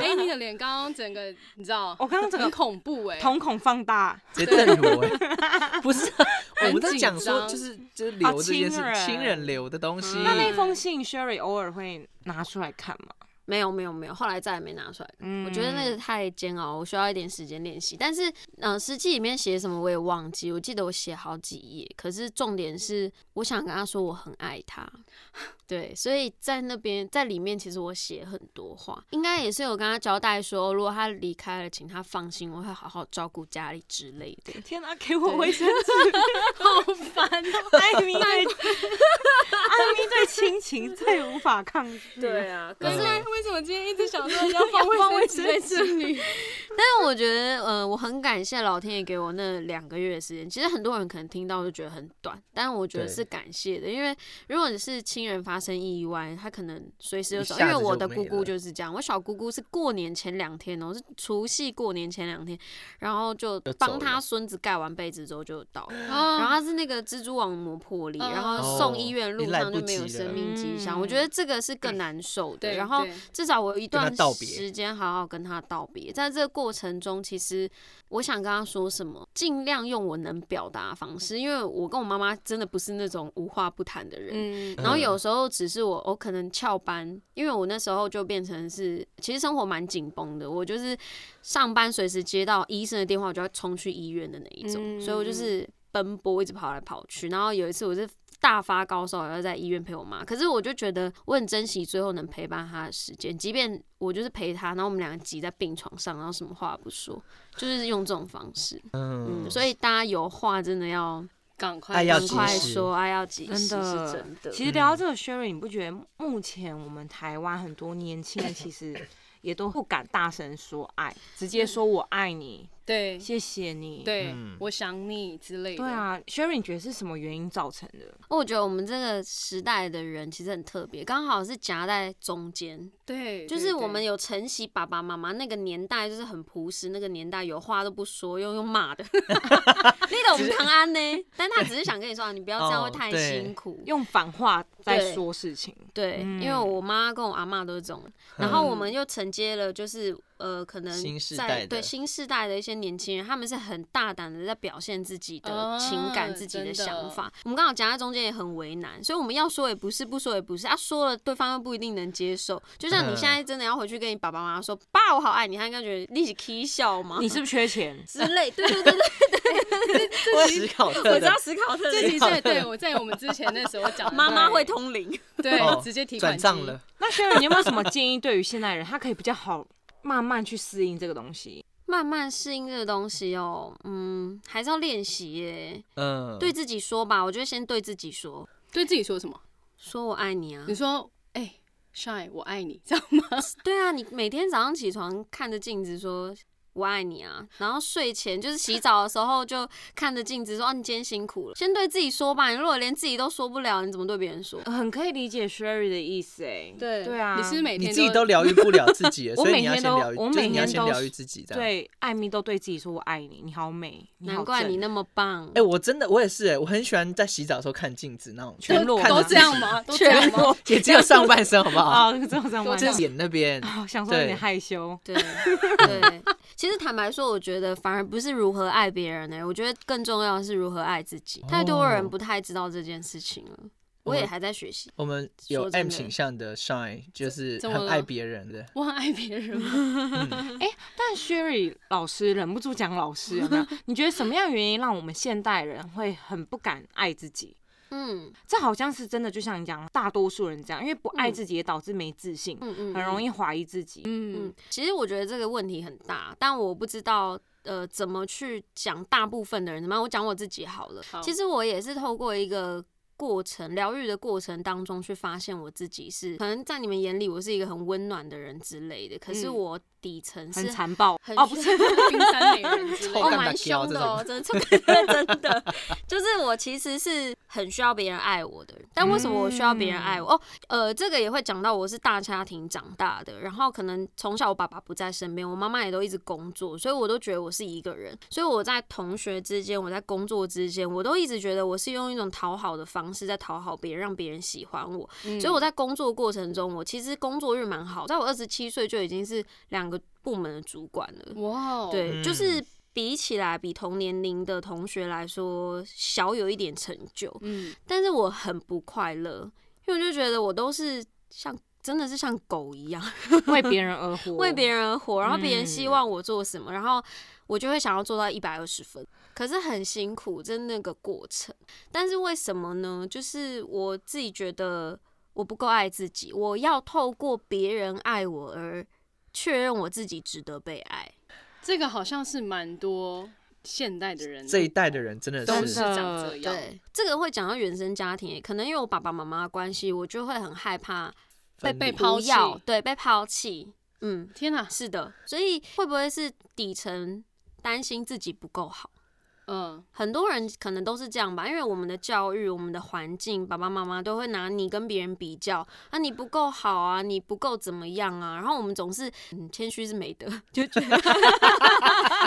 Speaker 2: 哎、你的脸刚刚整个，你知道，
Speaker 3: 我刚刚整
Speaker 2: 很
Speaker 3: 个
Speaker 2: 恐怖哎、
Speaker 3: 瞳孔放大，
Speaker 1: 直接瞪我哎，不是啊，
Speaker 2: 很
Speaker 1: 我在讲
Speaker 2: 紧
Speaker 1: 说
Speaker 2: 张
Speaker 1: 就是就是留这件事
Speaker 3: 亲，人嗯
Speaker 1: 亲人留的东西，
Speaker 3: 那那封信 Sherry 偶尔会拿出来看吗？
Speaker 4: 没有没有没有，后来再也没拿出来。
Speaker 3: 嗯
Speaker 4: 我觉得那个太煎熬，我需要一点时间练习。但是，嗯、实际里面写什么我也忘记，我记得我写好几页。可是重点是，我想跟他说我很爱他， 对，所以在那边在里面，其实我写很多话，应该也是有跟他交代说，哦如果他离开了，请他放心，我会好好照顾家里之类的。
Speaker 3: 天哪、给我卫生纸！
Speaker 4: 好烦哦、
Speaker 3: 艾米对 艾米对亲情最无法抗拒。
Speaker 2: 对啊，可
Speaker 1: 可
Speaker 2: 是
Speaker 1: 是
Speaker 2: 为什么今天一直想说 要
Speaker 4: 放
Speaker 2: 放
Speaker 4: 卫
Speaker 2: 卫
Speaker 4: 生
Speaker 2: 生纸里？
Speaker 4: 但我觉得，呃，我很感谢老天爷给我那两个月的时间。其实很多人可能听到就觉得很短，但我觉得
Speaker 1: 对
Speaker 4: 是感谢的，因为如果你是亲人发生意外，他可能随时就
Speaker 1: 一
Speaker 4: 走。因
Speaker 1: 下
Speaker 4: 为
Speaker 1: 子
Speaker 4: 我
Speaker 1: 就
Speaker 4: 的
Speaker 1: 没
Speaker 4: 姑姑
Speaker 1: 了
Speaker 4: 就是这样，我小姑姑是过年前两天哦、是除夕过年前两天，然后就
Speaker 1: 就
Speaker 4: 帮
Speaker 1: 走
Speaker 4: 她
Speaker 1: 了
Speaker 4: 孙子盖完被子之后就倒了。然后
Speaker 2: 啊，
Speaker 4: 他是那个蜘蛛网膜破裂，然后
Speaker 1: 哦
Speaker 4: 送医院路
Speaker 1: 你来
Speaker 4: 上就
Speaker 1: 不
Speaker 4: 没有
Speaker 1: 及
Speaker 4: 生
Speaker 1: 了
Speaker 4: 命迹象。我
Speaker 3: 嗯
Speaker 4: 觉得这个是更难受的。
Speaker 2: 对，
Speaker 4: 然后
Speaker 2: 对
Speaker 4: 至少我有一
Speaker 1: 跟他
Speaker 4: 段
Speaker 1: 道别
Speaker 4: 时间好好跟他道别，在这个过程中，其实我想跟他说什么，尽量用我能表达的方式，因为我跟我妈妈真的不是那种无话不谈的人。
Speaker 3: 嗯
Speaker 4: 然后有时候只是我，我可能翘班，因为我那时候就变成是，其实生活蛮紧绷的。我就是上班随时接到医生的电话，我就要冲去医院的那一种，所以
Speaker 1: 嗯
Speaker 4: 我就是奔波，一直跑来跑去。然后有一次我是大发高烧，然后在医院陪我妈。可是我就觉得我很珍惜最后能陪伴她的时间，即便我就是陪她，然后我们两个挤在病床上，然后什么话不说，就是用这种方式。
Speaker 1: 嗯
Speaker 4: 嗯，所以大家有话真的要
Speaker 2: 赶快
Speaker 1: 哎要
Speaker 4: 赶
Speaker 1: 及
Speaker 4: 快
Speaker 1: 时
Speaker 4: 说，爱要及时，
Speaker 3: 真的
Speaker 4: 是真的。
Speaker 3: 其实聊到这个 Sherry，你不觉得目前我们台湾很多年轻人其实也都不敢大声说爱，直接说我爱你，
Speaker 2: 对
Speaker 3: 谢谢你。
Speaker 2: 对
Speaker 1: 嗯，
Speaker 2: 我想你之类的。
Speaker 3: 对，啊，Sherry，你觉得是什么原因造成的？
Speaker 4: 我觉得我们这个时代的人其实很特别，刚好是夹在中间，
Speaker 2: 对，
Speaker 4: 就是我们
Speaker 2: 有
Speaker 4: 有承袭爸爸妈妈那个年代，就是很朴实，那个年代有话都不说，又用骂的。 你懂唐安呢？但他只是想跟你说，啊你不要这样
Speaker 1: 哦
Speaker 4: 会太
Speaker 1: 对
Speaker 4: 辛苦。
Speaker 3: 用反话
Speaker 4: 对
Speaker 3: 在说事情。
Speaker 4: 对，
Speaker 3: 嗯
Speaker 4: 因为我妈跟我阿妈都是这种人，然后我们又承接了，就是呃，可能
Speaker 1: 新世代
Speaker 4: 在
Speaker 1: 的
Speaker 4: 对嗯新世代的一些年轻人，他们是很大胆的在表现自己的
Speaker 2: 哦
Speaker 4: 情感、自己
Speaker 2: 真
Speaker 4: 的
Speaker 2: 的
Speaker 4: 哦想法。我们刚好夹在中间也很为难，所以我们要说也不是，不说也不是，啊，说了对方又不一定能接受。就像你
Speaker 1: 嗯
Speaker 4: 现在真的要回去跟你爸爸妈妈说：“爸，我好爱你。”他应该觉得你是 K 笑吗？？
Speaker 3: 你是不是缺钱
Speaker 4: 之类，对对对 对，
Speaker 1: 思考
Speaker 4: 我
Speaker 1: 特
Speaker 4: 知道
Speaker 1: 的
Speaker 4: 史考特
Speaker 2: 这
Speaker 4: 是
Speaker 2: 集在对我在我们之前那时候讲的
Speaker 4: 妈妈
Speaker 2: 对
Speaker 4: 会通灵。
Speaker 1: 哦
Speaker 2: 对直接提款
Speaker 1: 转
Speaker 2: 机
Speaker 1: 账了，
Speaker 3: 那 Sherry，你有没有什么建议对于现代人，他可以比较好慢慢去适应这个东西？
Speaker 4: 慢慢适应这个东西哦，嗯，还是要练习耶。
Speaker 1: 嗯，
Speaker 4: 对，自己说吧，我觉得先对自己说，
Speaker 2: 对自己说什么？
Speaker 4: 说我爱你啊
Speaker 2: 你。说，哎，shy，我爱你，这样吗？
Speaker 4: 对啊，你每天早上起床看着镜子说我爱你啊，然后睡前就是洗澡的时候就看着镜子说、啊、你今天辛苦了，先对自己说吧。你如果连自己都说不了，你怎么对别人说？
Speaker 3: 很可以理解 Sherry 的意思哎。
Speaker 2: 对
Speaker 3: 对啊
Speaker 2: 你是每
Speaker 1: 你
Speaker 2: 天
Speaker 1: 自己都疗愈不了自己了，
Speaker 3: 我
Speaker 1: 所以
Speaker 3: 每
Speaker 1: 你要
Speaker 3: 天
Speaker 1: 先
Speaker 3: 都
Speaker 1: 疗愈，
Speaker 3: 我
Speaker 1: 就是
Speaker 3: 每
Speaker 1: 你要
Speaker 3: 天
Speaker 1: 先
Speaker 3: 都
Speaker 1: 疗
Speaker 3: 是
Speaker 1: 愈自己，这样。
Speaker 3: 对，艾米都对自己说“我爱你”，你好美，你好
Speaker 4: 难怪
Speaker 3: 正
Speaker 4: 你那么棒
Speaker 1: 哎、。我真的我也是哎、我很喜欢在洗澡的时候看镜子那种，
Speaker 3: 全
Speaker 1: 就是
Speaker 3: 裸
Speaker 1: 看
Speaker 2: 都
Speaker 1: 着
Speaker 2: 这
Speaker 1: 自
Speaker 2: 样
Speaker 1: 己？
Speaker 2: 吗？都这样吗？
Speaker 1: 也只有上半身好不好？
Speaker 3: 啊，这样这样
Speaker 2: 多
Speaker 3: 弯
Speaker 1: 就
Speaker 2: 这
Speaker 1: 是脸那边，
Speaker 3: 啊，想说有点害羞。
Speaker 4: 对对，其实坦白说，我觉得反而不是如何爱别人呢、欸我觉得更重要的是如何爱自己。太多人
Speaker 1: 哦
Speaker 4: 不太知道这件事情了，我
Speaker 1: 我
Speaker 4: 也还在学习。
Speaker 1: 我们
Speaker 4: 说
Speaker 1: 有
Speaker 4: 真
Speaker 1: M
Speaker 4: 的
Speaker 1: 倾向的 Shine 就是
Speaker 2: 怎么
Speaker 1: 很爱
Speaker 2: 了
Speaker 1: 别人的，
Speaker 2: 我很爱别人吗？
Speaker 3: 但 Sherry 老师忍不住讲老师，有没 有？你觉得什么样的原因让我们现代人会很不敢爱自己？
Speaker 4: 嗯
Speaker 3: 这好像是真的，就像你讲，大多数人这样，因为不爱自己也导致没自信，
Speaker 4: 嗯嗯，
Speaker 3: 很容
Speaker 4: 易。
Speaker 3: 易怀疑自己。
Speaker 4: 嗯
Speaker 2: 嗯，，
Speaker 4: 其实我觉得这个问题很大，但我不知道呃怎么去讲大部分的人怎么样。我讲我自己好了。
Speaker 2: 好
Speaker 4: 其实我也是透过一个。过程疗愈的过程当中，去发现我自己是可能在你们眼里我是一个很温暖的人之类的，可是
Speaker 3: 嗯
Speaker 4: 我底层
Speaker 3: 很
Speaker 4: 是
Speaker 3: 残暴
Speaker 4: 很
Speaker 3: 哦，不是，
Speaker 2: 冰山美人之类
Speaker 4: 哦，
Speaker 1: 干
Speaker 2: 的。
Speaker 1: 嘛
Speaker 4: 蛮
Speaker 1: 叫
Speaker 4: 凶
Speaker 1: 这
Speaker 4: 的
Speaker 1: 种
Speaker 4: 哦，真的真的，就是我其实是很需要别人爱我的人，但为什么我需要别人爱我？
Speaker 1: 嗯
Speaker 4: 哦，呃，这个也会讲到我是大家庭长大的，然后可能从小我爸爸不在身边，我妈妈也都一直工作，所以我都觉得我是一个人，所以我在同学之间，我在工作之间，我都一直觉得我是用一种讨好的方式在讨好别人，让别人喜欢我，
Speaker 1: 嗯
Speaker 4: 所以我
Speaker 2: 在
Speaker 4: 在工作过程中，我其实工作日蛮好，在我二十七岁就已经是两个部门的主管了。
Speaker 2: 哇哦，
Speaker 4: 对，就是
Speaker 1: 嗯
Speaker 4: 比起来比同年龄的同学来说，小有一点成就，
Speaker 2: 嗯，
Speaker 4: 但是我很不快乐，因为我就觉得我都是像真的是像狗一样
Speaker 3: 为别人而活，
Speaker 4: 为别人而活，然后别人希
Speaker 3: 嗯
Speaker 4: 望我做什么，然后我就会想要做到一百二十分。可是很辛苦，真的那个过程。但是为什么呢？就是我自己觉得我不够爱自己，我要透过别人爱我而确认我自己值得被爱。
Speaker 2: 这个好像是蛮多现代的人
Speaker 1: 这一代的人真的
Speaker 2: 都
Speaker 1: 是
Speaker 2: 是长这样。
Speaker 4: 对，这个会讲到原生家庭，欸可能因为我爸爸妈妈的关系，我就会很害怕
Speaker 1: 分
Speaker 2: 被
Speaker 1: 离
Speaker 2: 抛
Speaker 4: 不要
Speaker 2: 弃
Speaker 4: 对被抛弃。嗯，
Speaker 2: 天哪、
Speaker 4: 是的，所以会不会是底层担心自己不够好？
Speaker 2: 嗯，
Speaker 4: 很多人可能都是这样吧，因为我们的教育、我们的环境，爸爸妈妈都会拿你跟别人比较，啊，你不够好啊，你不够怎么样啊，然后我们总是嗯，谦虚是美德， 就觉 得欸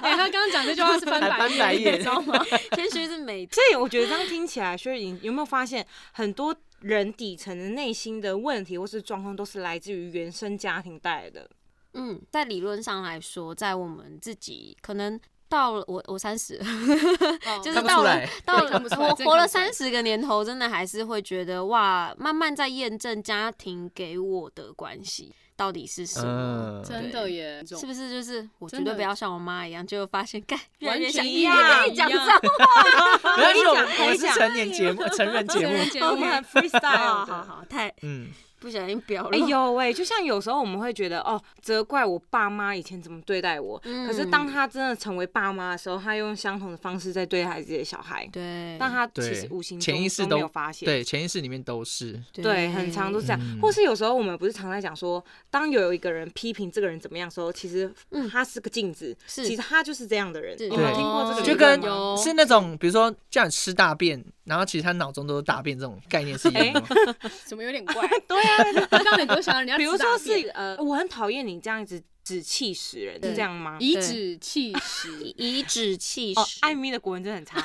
Speaker 2: 哎、他刚刚讲这句话是翻
Speaker 1: 还
Speaker 2: 白
Speaker 1: 翻白
Speaker 2: 眼，
Speaker 1: 眼
Speaker 2: 你知道吗？
Speaker 4: 谦虚是美德。
Speaker 3: 所以我觉得这样听起来，薛颖有没有发现很多人底层的内心的问题或是状况，都是来自于原生家庭带来的？
Speaker 4: 嗯，在理论上来说，在我们自己可能到了我我三十，
Speaker 2: 哦
Speaker 4: 就是
Speaker 1: 看不
Speaker 4: 到
Speaker 1: 出
Speaker 4: 了
Speaker 1: 来，
Speaker 4: 到
Speaker 2: 看不
Speaker 4: 了
Speaker 2: 出来
Speaker 4: 我
Speaker 2: 这看不
Speaker 4: 活了
Speaker 2: 出来
Speaker 4: 三十个年头，真的还是会觉得哇，慢慢在验证家庭给我的关系到底是什么，
Speaker 1: 嗯
Speaker 2: 真的耶，
Speaker 4: 是不是就是我绝
Speaker 2: 真
Speaker 4: 对
Speaker 2: 的
Speaker 4: 不要像我妈一样，就发现干越来
Speaker 2: 完
Speaker 4: 越
Speaker 2: 全
Speaker 4: 像
Speaker 2: 一
Speaker 4: 越来
Speaker 3: 样
Speaker 4: 越
Speaker 3: 一
Speaker 4: 讲这
Speaker 2: 样
Speaker 4: 种
Speaker 1: 没关系，我们
Speaker 3: 可以
Speaker 1: 我们是
Speaker 3: 讲
Speaker 1: 成年节目，成人节
Speaker 2: 成人
Speaker 1: 目，
Speaker 2: 节
Speaker 3: 我
Speaker 2: 目
Speaker 3: 们很
Speaker 4: 好
Speaker 3: freestyle
Speaker 4: 好
Speaker 3: 的。
Speaker 4: 好，太
Speaker 1: 嗯，
Speaker 4: 不小心表
Speaker 3: 哎
Speaker 4: 了。
Speaker 3: 呦喂，就像有时候我们会觉得哦，责怪我爸妈以前怎么对待我，
Speaker 4: 嗯
Speaker 3: 可是当他真的成为爸妈的时候，他用相同的方式在对待自己的小孩，
Speaker 4: 对，
Speaker 3: 但他其实
Speaker 1: 对
Speaker 3: 无形，中
Speaker 1: 潜意识
Speaker 3: 都没
Speaker 1: 都
Speaker 3: 有发现。
Speaker 1: 对，潜意识里面都是，
Speaker 3: 对，很常都是这样，
Speaker 1: 嗯
Speaker 3: 或是有时候我们不是常在讲说，当有一个人批评这个人怎么样的时候，其实
Speaker 4: 嗯
Speaker 3: 他是个镜子，
Speaker 4: 是
Speaker 3: 其实他就是这样的人。
Speaker 4: 是
Speaker 3: 你有没有
Speaker 1: 对
Speaker 3: 听过这个
Speaker 2: 哦
Speaker 3: 理
Speaker 1: 就跟
Speaker 3: 论吗？
Speaker 2: 有
Speaker 1: 是那种比如说叫你吃大便，然后其实他脑中都是大便这种概念是一样的吗？
Speaker 2: 怎么有点怪？ 对啊，他让你多想人家
Speaker 3: 比如
Speaker 2: 吃大
Speaker 3: 说
Speaker 2: 便
Speaker 3: 是呃，我很讨厌你这样子只气死人，
Speaker 4: 对
Speaker 3: 是这样吗？
Speaker 2: 以指气使，
Speaker 4: 以指气
Speaker 3: 哦，艾
Speaker 4: 使，
Speaker 3: 米的国文真的很差。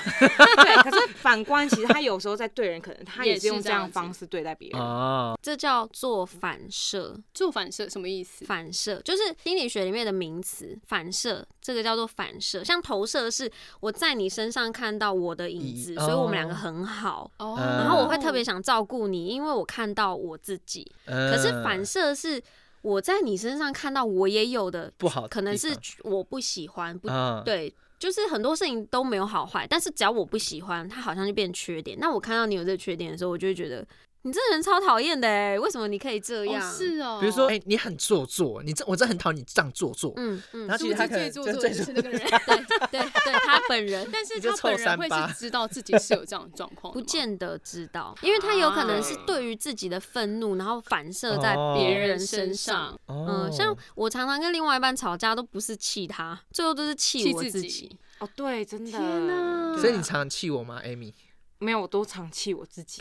Speaker 3: 对，可是反观，其实他有时候在对人，可能他
Speaker 2: 也
Speaker 3: 也是用
Speaker 2: 是这
Speaker 3: 这样
Speaker 2: 样
Speaker 3: 的
Speaker 2: 子
Speaker 3: 方式对待别人。
Speaker 1: 哦，
Speaker 4: 这叫做反射。
Speaker 2: 做反射什么意思？
Speaker 4: 反射就是心理学里面的名词，反射这个叫做反射。像投射是我在你身上看到我的影子，
Speaker 1: 咦
Speaker 4: 所以我们两个
Speaker 1: 哦
Speaker 4: 很好。
Speaker 2: 哦，
Speaker 1: 嗯
Speaker 4: 然后我会特别想照顾你，因为我看到我自己。
Speaker 1: 可
Speaker 4: 可是反射是我在你身上看到我也有的，
Speaker 1: 不好的地方，
Speaker 4: 可能是我不喜欢，不
Speaker 1: 嗯，
Speaker 4: 对，就是很多事情都没有好坏，但是只要我不喜欢，它好像就变缺点。那我看到你有这个缺点的时候，我就会觉得你这人超讨厌的哎、为什么你可以这样？
Speaker 2: 哦，是哦，
Speaker 1: 比如说，哎、你很做作，你这我真的很讨厌你这样做作。
Speaker 4: 嗯嗯
Speaker 1: 然，后
Speaker 2: 殊不
Speaker 1: 其实他
Speaker 2: 知
Speaker 1: 可
Speaker 2: 最
Speaker 1: 能就
Speaker 2: 做作的就是那个 人，
Speaker 4: 对 对对，他本人。
Speaker 2: 但是
Speaker 1: 你就
Speaker 2: 他本
Speaker 1: 臭三
Speaker 2: 人会
Speaker 1: 八
Speaker 2: 是知道自己是有这样的状况的
Speaker 4: 不
Speaker 2: 吗，
Speaker 4: 见得知道，因为他有可能是
Speaker 3: 啊
Speaker 4: 对于自己的愤怒，然后反射在
Speaker 1: 哦
Speaker 4: 别
Speaker 2: 别人
Speaker 4: 人
Speaker 2: 身
Speaker 4: 身
Speaker 2: 上
Speaker 4: 上。。
Speaker 1: 哦
Speaker 4: 嗯，像我常常跟另外一半吵架，都不是气他，最后都是气
Speaker 2: 气
Speaker 4: 我
Speaker 2: 自
Speaker 4: 自
Speaker 2: 己
Speaker 4: 己。
Speaker 3: 哦，对，真的。
Speaker 2: 天哪
Speaker 1: 所以你常气我吗，Amy？
Speaker 3: 没有，我都常气我自己。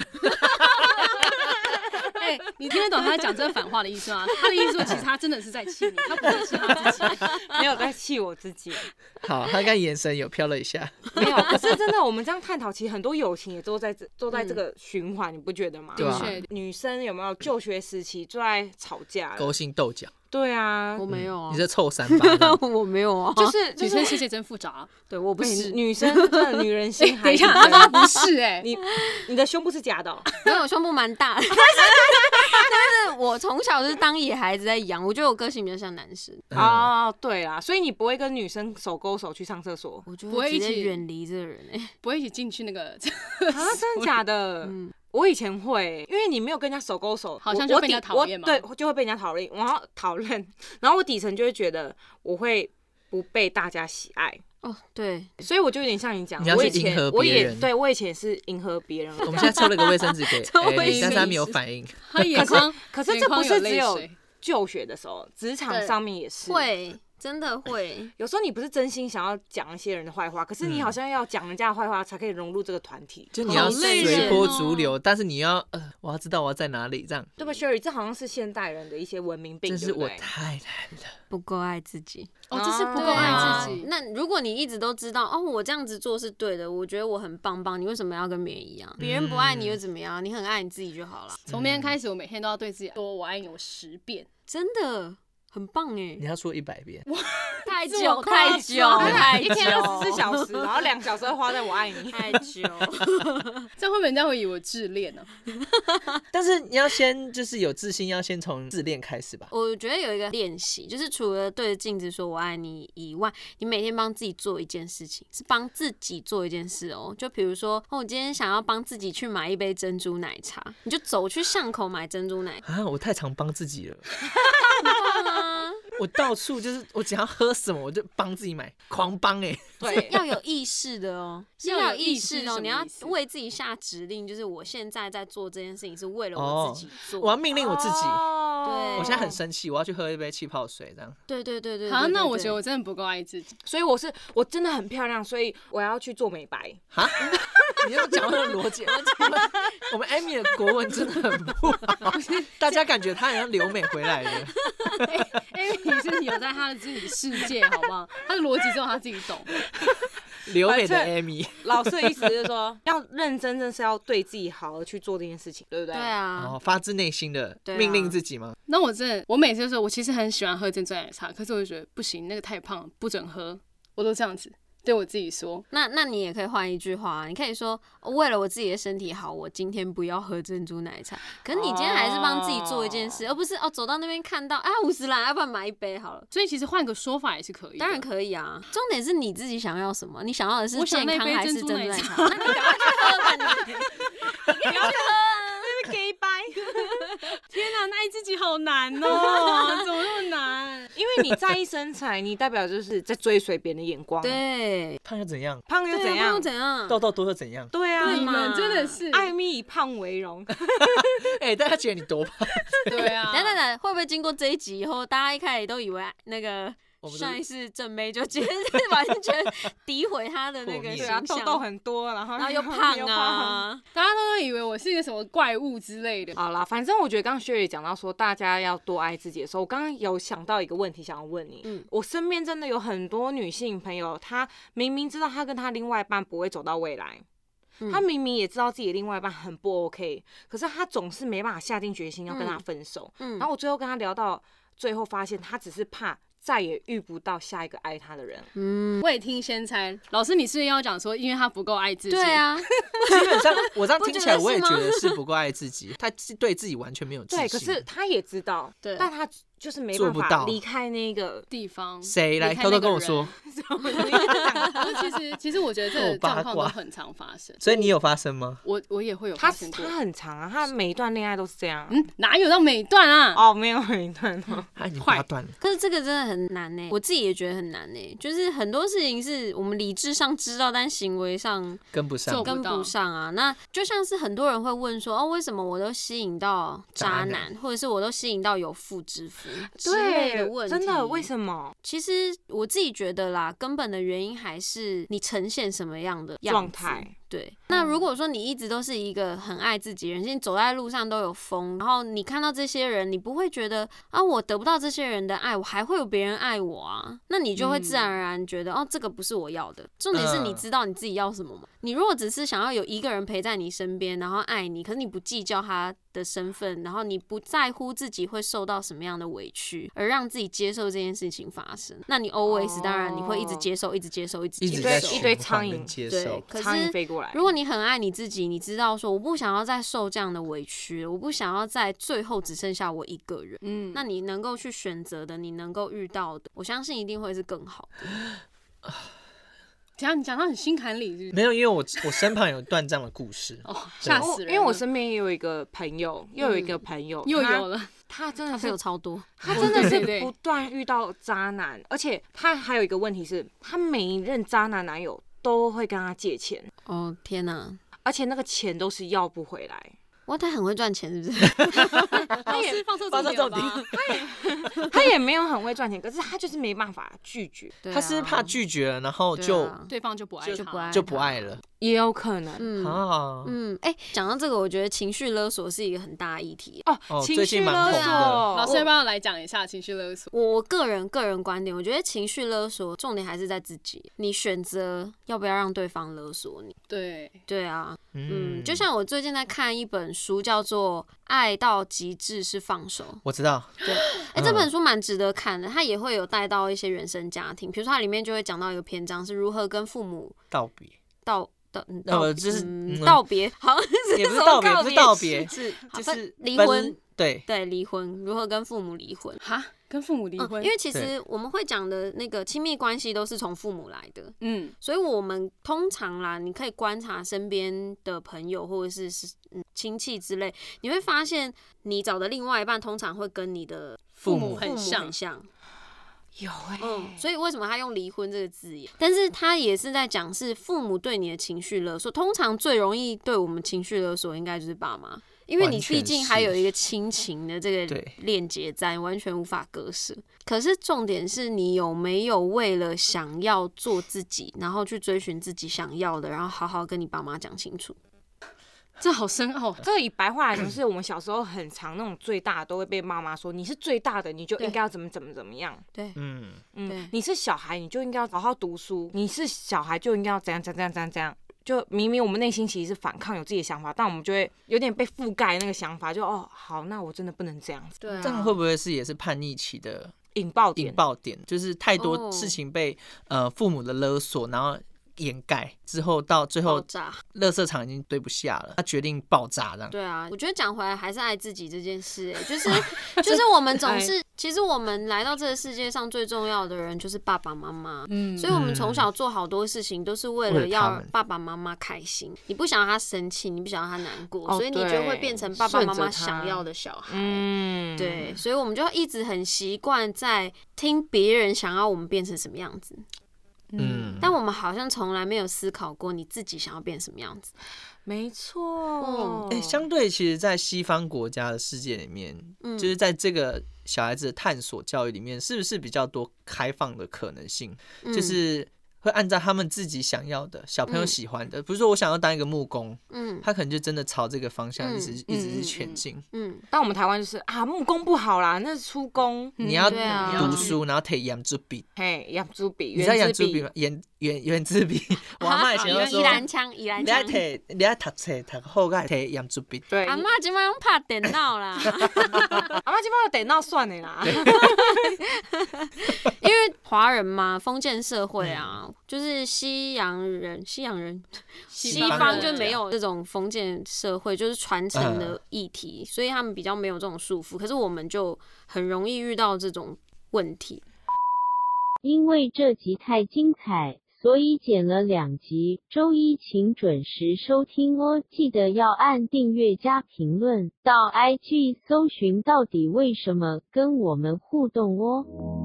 Speaker 2: 哎、你听得懂他讲这反话的意思吗？他的意思说，其实他真的是在气你，他不是气他自己。
Speaker 3: 没有在气我自己，
Speaker 1: 好，他刚才眼神有飘了一下，
Speaker 3: 没有。可是真的，我们这样探讨，其实很多友情也都在这都在这个循环，你不觉得吗？
Speaker 1: 对啊
Speaker 2: 的确
Speaker 3: 女生有没有就学时期最爱吵架了？
Speaker 1: 勾心斗角。
Speaker 3: 对啊
Speaker 4: 我，没有
Speaker 1: 嗯
Speaker 4: 啊，
Speaker 1: 你，这臭三八这样
Speaker 4: 我 没有啊，
Speaker 3: 就是就
Speaker 2: 女
Speaker 3: 是
Speaker 2: 生世界真复杂。啊
Speaker 4: 对我不
Speaker 3: 哎
Speaker 4: 是，
Speaker 3: 女生真的女人心
Speaker 2: 等
Speaker 3: 海
Speaker 2: 一
Speaker 3: 底
Speaker 2: 下，
Speaker 3: 针。
Speaker 2: 他说不是哎、
Speaker 3: 你你的胸部是假的哦，
Speaker 4: 因为我胸部蛮大的，但 是但是我从小就是当野孩子在养，我觉得我个性比较像男生，
Speaker 1: 嗯
Speaker 3: 哦，对啦，所以你不会跟女生手勾手去上厕所
Speaker 4: 我就
Speaker 2: 不会
Speaker 4: 会直
Speaker 2: 一
Speaker 4: 接
Speaker 2: 起
Speaker 4: 远离这个人哎、
Speaker 2: 不会一起进去那个，
Speaker 3: 啊？真的假的？
Speaker 4: 嗯
Speaker 3: 我以前会，因为你没有跟人家手勾手，
Speaker 2: 好像
Speaker 3: 我
Speaker 2: 就
Speaker 3: 我
Speaker 2: 被人家
Speaker 3: 底我
Speaker 2: 讨厌嘛
Speaker 3: 对，就会被人家讨厌，然后讨厌，然后我底层就会觉得我会不被大家喜爱，
Speaker 4: 哦，对，
Speaker 3: 所以我就有点像你讲
Speaker 1: 你，要
Speaker 3: 我
Speaker 1: 去
Speaker 3: 以前
Speaker 1: 迎合
Speaker 3: 我
Speaker 1: 别
Speaker 3: 也
Speaker 1: 人
Speaker 3: 对我以前是迎合别 人而
Speaker 1: 嗯
Speaker 3: 已，
Speaker 1: 我们现在抽了一个卫生纸 给
Speaker 4: 卫
Speaker 1: 哎，
Speaker 4: 生
Speaker 1: 珊珊没有
Speaker 2: 纸
Speaker 1: 反应，
Speaker 2: 他眼眶，
Speaker 3: 可是
Speaker 2: 眼
Speaker 3: 这
Speaker 2: 眶
Speaker 3: 不是
Speaker 2: 泪
Speaker 3: 只有
Speaker 2: 水
Speaker 3: 就学的时候，职场
Speaker 4: 对
Speaker 3: 上面也是。
Speaker 4: 会真的会，
Speaker 3: 有时候你不是真心想要讲一些人的坏话，可是
Speaker 1: 嗯
Speaker 3: 你好像要讲人家的坏话才可以融入这个团体，
Speaker 1: 就你要
Speaker 2: 累
Speaker 1: 随
Speaker 2: 人
Speaker 1: 波
Speaker 2: 哦
Speaker 1: 逐流，但是你要呃，我要知道我要在哪里，这样。
Speaker 3: 对吧，Sherry？这好像是现代人的一些文明病，
Speaker 1: 真
Speaker 3: 对
Speaker 1: 是
Speaker 3: 不
Speaker 1: 我
Speaker 3: 对？
Speaker 1: 太难了。
Speaker 4: 不够爱自己，
Speaker 2: 哦，这是不够
Speaker 4: 对
Speaker 2: 爱
Speaker 4: 啊
Speaker 2: 自己。
Speaker 4: 那如果你一直都知道哦，我这样子做是对的，我觉得我很棒棒，你为什么要跟别人一样？ 嗯别人不爱你又怎么样？你很爱你自己就好了，
Speaker 2: 从明天开始，我每天都要对自己说“我爱你”我十遍，
Speaker 4: 真的。很棒哎
Speaker 1: 你，要说一百遍，
Speaker 4: 太
Speaker 2: 这
Speaker 4: 久
Speaker 2: 么快
Speaker 4: 太久
Speaker 2: 吗
Speaker 4: 太
Speaker 3: 一
Speaker 4: 久，
Speaker 3: 天二十四小时，然后两小时会花在我爱你。
Speaker 4: 太久，
Speaker 2: 这样会不会人家会以为我自恋呢、
Speaker 1: 但是你要先就是有自信，要先从自恋开始吧。
Speaker 4: 我觉得有一个练习，就是除了对着镜子说我爱你以外，你每天帮自己做一件事情，是帮自己做一件事哦。就比如说，哦，我今天想要帮自己去买一杯珍珠奶茶，你就走去巷口买珍珠奶茶。
Speaker 1: 啊，我太常帮自己了。 我到处就是，我只要喝什么，我就帮自己买，狂帮哎、
Speaker 3: 对，
Speaker 4: 要有意识的哦，是
Speaker 2: 要
Speaker 4: 要
Speaker 2: 有
Speaker 4: 有
Speaker 2: 意
Speaker 4: 意
Speaker 2: 识
Speaker 4: 识
Speaker 2: 是
Speaker 4: 的
Speaker 2: 什
Speaker 4: 哦，
Speaker 2: 么
Speaker 4: 你要
Speaker 2: 意思
Speaker 4: 为自己下指令，就是我现在在做这件事情是为了我
Speaker 1: 哦
Speaker 4: 自己做。
Speaker 1: 我要命令我自己。
Speaker 4: 对
Speaker 3: 对
Speaker 4: 哦
Speaker 1: 我现在很生气，我要去喝一杯气泡水，这样
Speaker 4: 对对对对，
Speaker 2: 好，
Speaker 4: 对
Speaker 2: 那
Speaker 4: 对
Speaker 2: 我觉得
Speaker 4: 对
Speaker 2: 我真的不够爱自己。
Speaker 3: 所以我是我真的很漂亮，所以我要去做美白。
Speaker 1: 哈， 你要讲那个逻辑，我们我们艾米的国文真的很不好，大家感觉她好像留美回来的。
Speaker 2: 因为你是有在他的自己世界，好不好？他的逻辑只有他自己懂。
Speaker 1: 留美的
Speaker 3: 反正
Speaker 1: 艾米，
Speaker 3: 老师的意思就是说，要认真，真是要对自己好而去做这件事情，对不对？
Speaker 4: 对啊，
Speaker 1: 哦，发自内心的
Speaker 4: 对啊
Speaker 1: 命令自己吗？
Speaker 2: 那我真的，我每次都说，我其实很喜欢喝珍珠奶茶，可是我就觉得不行，那个太胖，不准喝。我都这样子对我自己说，
Speaker 4: 那那你也可以换一句话啊、你可以说哦为了我自己的身体好，我今天不要喝珍珠奶茶。可是你今天还是帮自己做一件事，而不是哦走到那边看到啊五十啦，要不然买一杯好了。
Speaker 2: 所以其实换个说法也是可以的。
Speaker 4: 当然可以啊，重点是你自己想要什么，你想要的是
Speaker 2: 我想
Speaker 4: 健
Speaker 2: 那
Speaker 4: 康
Speaker 2: 杯
Speaker 4: 还是
Speaker 2: 珍珠
Speaker 4: 珍珠
Speaker 2: 奶
Speaker 4: 奶
Speaker 2: 茶
Speaker 4: 茶？ 那你赶快去喝吧你。啊
Speaker 3: 给白，
Speaker 2: 天哪，那爱自己好难 哦，怎么那么难？
Speaker 3: 因为你在意身材，你代表就是在追随别人的眼光。，
Speaker 4: 对，
Speaker 1: 胖又怎样？
Speaker 3: 胖又
Speaker 4: 对啊
Speaker 3: 怎
Speaker 4: 不
Speaker 3: 样
Speaker 4: 用？怎样？
Speaker 1: 痘痘多又怎 样？
Speaker 3: 对啊，
Speaker 4: 对
Speaker 2: 你
Speaker 4: 嘛哎
Speaker 2: 们真的是
Speaker 3: 艾米以胖为荣，
Speaker 1: 哎、大家觉得你多胖？
Speaker 2: 对啊，
Speaker 4: 等等等，会不会经过这一集以后，大家一开始都以为哎那个
Speaker 1: 我们都
Speaker 4: 上一世正妹就直接是完全诋毁她的那
Speaker 1: 破
Speaker 4: 个
Speaker 1: 灭
Speaker 4: 形
Speaker 3: 对啊，
Speaker 4: 象，
Speaker 3: 痘痘很多，然后
Speaker 4: 然后又胖
Speaker 3: 又胖。
Speaker 4: 啊，
Speaker 2: 大家都会以为我是一个什么怪物之类
Speaker 4: 哦
Speaker 2: 的。
Speaker 3: 好啦，反正我觉得刚刚薛也讲到说大家要多爱自己的时候，我刚刚有想到一个问题想要问你。
Speaker 4: 嗯
Speaker 3: 我身边真的有很多女性朋友，她明明知道她跟她另外一半不会走到未来，
Speaker 4: 嗯
Speaker 3: 她明明也知道自己的另外一半很不 OK，可是她总是没办法下定决心要跟他分手。
Speaker 4: 嗯
Speaker 3: 然后我最后跟她聊到最后，发现她只是怕再也遇不到下一个爱她的人。
Speaker 4: 嗯，
Speaker 2: 未听先猜，老师，你是不是要讲说，因为他不够爱自己？
Speaker 4: 对，啊，
Speaker 1: 基本上我这样
Speaker 4: 不
Speaker 1: 听
Speaker 4: 觉
Speaker 1: 起来，
Speaker 4: 得
Speaker 1: 我
Speaker 4: 是
Speaker 1: 也
Speaker 4: 吗
Speaker 1: 觉得是不够爱自己，他是对自己完全没有自信。
Speaker 3: 对，可是她也知道，
Speaker 4: 对
Speaker 3: 但她就是没
Speaker 1: 做
Speaker 3: 办
Speaker 1: 不
Speaker 3: 法
Speaker 1: 到
Speaker 3: 离开那个。
Speaker 2: 地方
Speaker 1: 谁来
Speaker 2: 离开
Speaker 1: 偷偷
Speaker 2: 那个
Speaker 1: 跟我
Speaker 2: 人
Speaker 1: 说？
Speaker 2: 可是其实其实我觉得 这
Speaker 1: 我
Speaker 2: 个
Speaker 1: 八
Speaker 2: 状况都
Speaker 1: 卦
Speaker 2: 很常发生，
Speaker 1: 所以你有发生吗？
Speaker 2: 我我也会有
Speaker 3: 她
Speaker 2: 发生过
Speaker 3: 她。很长啊，她每一段恋爱都是这样啊。
Speaker 2: 嗯，哪有到每一段啊？
Speaker 3: 哦，没有每一段哦。
Speaker 1: 哎，你
Speaker 2: 快
Speaker 1: 挂断了。
Speaker 4: 可是这个真的很难呢、我自己也觉得很难呢、就是很多事情是我们理智上知道，但行为上
Speaker 1: 跟不上
Speaker 2: 做，
Speaker 4: 跟
Speaker 2: 不到
Speaker 4: 不上啊。那就像是很多人会问说，哦，为什么我都吸引到
Speaker 1: 渣
Speaker 4: 渣男，
Speaker 1: 男
Speaker 4: 或者是我都吸引到有妇之夫之类的问题？
Speaker 3: 真的为什么？
Speaker 4: 其实我自己觉得啦，根本的原因还是你呈现什么样的样
Speaker 3: 状
Speaker 4: 子
Speaker 3: 态。
Speaker 4: 对，那如果说你一直都是一个很爱自己的人，现在走在路上都有风，然后你看到这些人，你不会觉得啊，我得不到这些人的爱，我还会有别人爱我啊？那你就会自然
Speaker 3: 嗯
Speaker 4: 而然觉得、哦，这个不是我要的。重点是你
Speaker 1: 嗯
Speaker 4: 知道你自己要什么吗？你如果只是想要有一个人陪在你身边，然后爱你，可是你不计较他的身份，然后你不在乎自己会受到什么样的委屈，而让自己接受这件事情发生，那你 always、当然你会一直
Speaker 3: 哦
Speaker 4: 接受，一直接受，一直
Speaker 1: 一
Speaker 4: 接
Speaker 1: 直
Speaker 4: 受，
Speaker 1: 在
Speaker 3: 一
Speaker 1: 循
Speaker 3: 堆
Speaker 1: 环跟
Speaker 3: 苍蝇
Speaker 1: 接
Speaker 4: 对
Speaker 1: 受，。
Speaker 4: 可
Speaker 3: 苍
Speaker 4: 是
Speaker 3: 蝇飞过来。
Speaker 4: 如果你很爱你自己，你知道说我不想要再受这样的委屈，我不想要在最后只剩下我一个人。
Speaker 2: 嗯，
Speaker 4: 那你能够去选择的，你能够遇到的，我相信一定会是更好的。
Speaker 2: 讲你讲到很心坎里，是不是？，
Speaker 1: 没有，因为我我身旁有断账的故事
Speaker 2: 哦，
Speaker 1: 对
Speaker 2: 吓
Speaker 3: 因为
Speaker 2: 死
Speaker 3: 我
Speaker 2: 人
Speaker 3: 因
Speaker 2: 了！
Speaker 3: 为我身边也有一个朋友，又有一个朋友，
Speaker 2: 又
Speaker 3: 他
Speaker 2: 有了，
Speaker 3: 他真的
Speaker 4: 他朋
Speaker 3: 是
Speaker 4: 友超多，
Speaker 3: 他真的
Speaker 2: 对
Speaker 3: 是
Speaker 2: 对对
Speaker 3: 不断遇到渣男，而且他还有一个问题是，他每一任渣男男友都会跟他借钱，
Speaker 4: 哦天哪！
Speaker 3: 而且那个钱都是要不回来。
Speaker 4: 哇，他很会赚钱，是不是？
Speaker 2: 老师放错重点了吧？
Speaker 3: 他也没有很会赚钱，可是他就是没办法拒绝。
Speaker 4: 对啊
Speaker 1: 他是怕拒绝了，然后
Speaker 4: 对
Speaker 1: 就
Speaker 4: 啊
Speaker 2: 对方就不爱
Speaker 4: 就不
Speaker 2: 他，
Speaker 4: 爱
Speaker 1: 就不爱了。
Speaker 3: 也有可能。
Speaker 4: 嗯
Speaker 1: 啊，
Speaker 4: 嗯，哎、讲到这个，我觉得情绪勒索是一个很大的议题。
Speaker 1: 哦
Speaker 3: 哦，情
Speaker 1: 最
Speaker 3: 绪
Speaker 1: 近蛮
Speaker 3: 勒
Speaker 1: 红的
Speaker 3: 索，哦
Speaker 2: 老师要不要来讲一下情绪勒索？
Speaker 4: 我我个人个人观点，我觉得情绪勒索重点还是在自己，你选择要不要让对方勒索你。
Speaker 2: 对，
Speaker 4: 对啊，嗯，
Speaker 1: 嗯，
Speaker 4: 就像我最近在看一本书，叫做《爱到极致是放手》。
Speaker 1: 我知道，
Speaker 4: 对，哎、这本书蛮值得看的，它也会有带到一些原生家庭，比如说它里面就会讲到一个篇章是如何跟父母
Speaker 1: 道别
Speaker 4: 道道嗯
Speaker 1: 呃
Speaker 4: 道
Speaker 1: 就是
Speaker 4: 嗯
Speaker 1: 嗯
Speaker 4: 道别，好像 是
Speaker 1: 也不是
Speaker 4: 什么
Speaker 1: 道别，不是道
Speaker 4: 词
Speaker 1: 别，
Speaker 4: 是好
Speaker 1: 就是
Speaker 4: 分离
Speaker 1: 分
Speaker 4: 婚，，
Speaker 1: 对，
Speaker 4: 对，离婚如何跟父母离婚。
Speaker 2: 哈，跟父母离
Speaker 4: 嗯，
Speaker 2: 婚，
Speaker 4: 因为其实
Speaker 1: 对
Speaker 4: 我们会讲的那个亲密关系都是从父母来的，
Speaker 2: 嗯，
Speaker 4: 所以我们通常啦，你可以观察身边的朋友或者是是嗯亲戚之类，你会发现你找的另外一半通常会跟你的
Speaker 1: 父
Speaker 2: 母
Speaker 1: 母
Speaker 4: 父母
Speaker 2: 很像
Speaker 4: 很，像，
Speaker 3: 有哎、
Speaker 4: 嗯，所以为什么他用离婚这个字眼？但是他也是在讲是父母对你的情绪勒索，通常最容易对我们情绪勒索应该就是爸妈，因为你
Speaker 1: 完全
Speaker 4: 毕竟还
Speaker 1: 是
Speaker 4: 有一个亲情的这个
Speaker 1: 对
Speaker 4: 链接在，完全无法割舍。可是重点是你有没有为了想要做自己，然后去追寻自己想要的，然后好好跟你爸妈讲清楚。
Speaker 2: 这好深奥。哦
Speaker 3: 这个以白话来讲，就是我们小时候很长那种最大的都会被妈妈说你是最大的，你就应该要怎么怎么怎么样。
Speaker 4: 对，
Speaker 1: 嗯，
Speaker 4: 对
Speaker 3: 嗯，你是小孩，你就应该要好好读书；你是小孩，就应该要怎样怎样怎样怎样怎样。就明明我们内心其实是反抗，有自己的想法，但我们就会有点被覆盖那个想法，就哦，好，那我真的不能这样子，
Speaker 4: 对、啊，
Speaker 1: 这样会不会是也是叛逆期的
Speaker 3: 引爆点
Speaker 1: 引。爆点？就是太
Speaker 4: 哦
Speaker 1: 多事情被呃父母的勒索，然后掩盖之后，到最
Speaker 4: 爆
Speaker 1: 后
Speaker 4: 炸。
Speaker 1: 垃圾场已经堆不下了，他决定爆炸这样。
Speaker 4: 对啊，我觉得讲回来还是爱自己这件事、 欸，就是就是我们总
Speaker 1: 哎
Speaker 4: 是，其实我们来到这个世界上最重要的人就是爸爸妈妈。
Speaker 2: 嗯，
Speaker 4: 所以，我们从小做好多事情都是
Speaker 1: 为
Speaker 4: 为了
Speaker 1: 了他
Speaker 4: 要
Speaker 1: 们
Speaker 4: 爸爸妈妈开心。你不想让他生气，你不想让他难过，
Speaker 3: 哦
Speaker 4: 所以你就会
Speaker 3: 对
Speaker 4: 变成爸爸妈
Speaker 3: 顺着
Speaker 4: 妈
Speaker 3: 他
Speaker 4: 想要的小孩。
Speaker 3: 嗯，
Speaker 4: 对，所以我们就一直很习惯在听别人想要我们变成什么样子，
Speaker 1: 嗯，
Speaker 4: 但我们好像从来没有思考过你自己想要变什么样子。
Speaker 3: 没错。
Speaker 1: 哎、相对其实，在西方国家的世界里面，
Speaker 4: 嗯
Speaker 1: 就是在这个小孩子的探索教育里面，是不是比较多开放的可能性？就
Speaker 4: 嗯
Speaker 1: 是会按照他们自己想要的，小朋友
Speaker 4: 嗯
Speaker 1: 喜欢的，比如说我想要当一个木工，
Speaker 4: 嗯
Speaker 1: 他可能就真的朝这个方向一直、
Speaker 4: 嗯
Speaker 1: 一直
Speaker 2: 嗯嗯
Speaker 1: 是前进。
Speaker 4: 嗯，
Speaker 3: 但我们台湾就是啊，木工不好啦，那是
Speaker 1: 嗯
Speaker 3: 出工，
Speaker 1: 你要
Speaker 4: 对啊
Speaker 1: 读书，然后可以养支笔。
Speaker 3: 嘿，养猪笔，
Speaker 1: 你知道养
Speaker 3: 圆
Speaker 1: 支
Speaker 3: 珠
Speaker 1: 笔
Speaker 3: 笔
Speaker 1: 吗？圆圆圆支笔， 我阿妈以前
Speaker 4: 啊
Speaker 1: 都
Speaker 4: 宜宜
Speaker 1: 说，
Speaker 4: 兰腔，宜兰
Speaker 1: 你爱
Speaker 4: 腔。
Speaker 1: 摕，你爱读册，读好个摕养支笔。
Speaker 3: 对，
Speaker 4: 阿
Speaker 3: 阿
Speaker 4: 嬷
Speaker 3: 妈
Speaker 4: 今晚用拍电脑 啦，
Speaker 3: 阿妈今晚得闹算的啦。
Speaker 4: 因为华人嘛，封建社会啊，就是西洋人，西洋人西
Speaker 1: 方
Speaker 4: 方
Speaker 1: 人啊嗯
Speaker 4: 就没有这种封建社会，就是传承的议题，所以他们比较没有这种束缚。可是我们就很容易遇到这种问题。
Speaker 6: 因为这集太精彩，所以剪了两集。周一请准时收听哦，记得要按订阅加评论，到 IG 搜寻到底为什么，跟我们互动哦。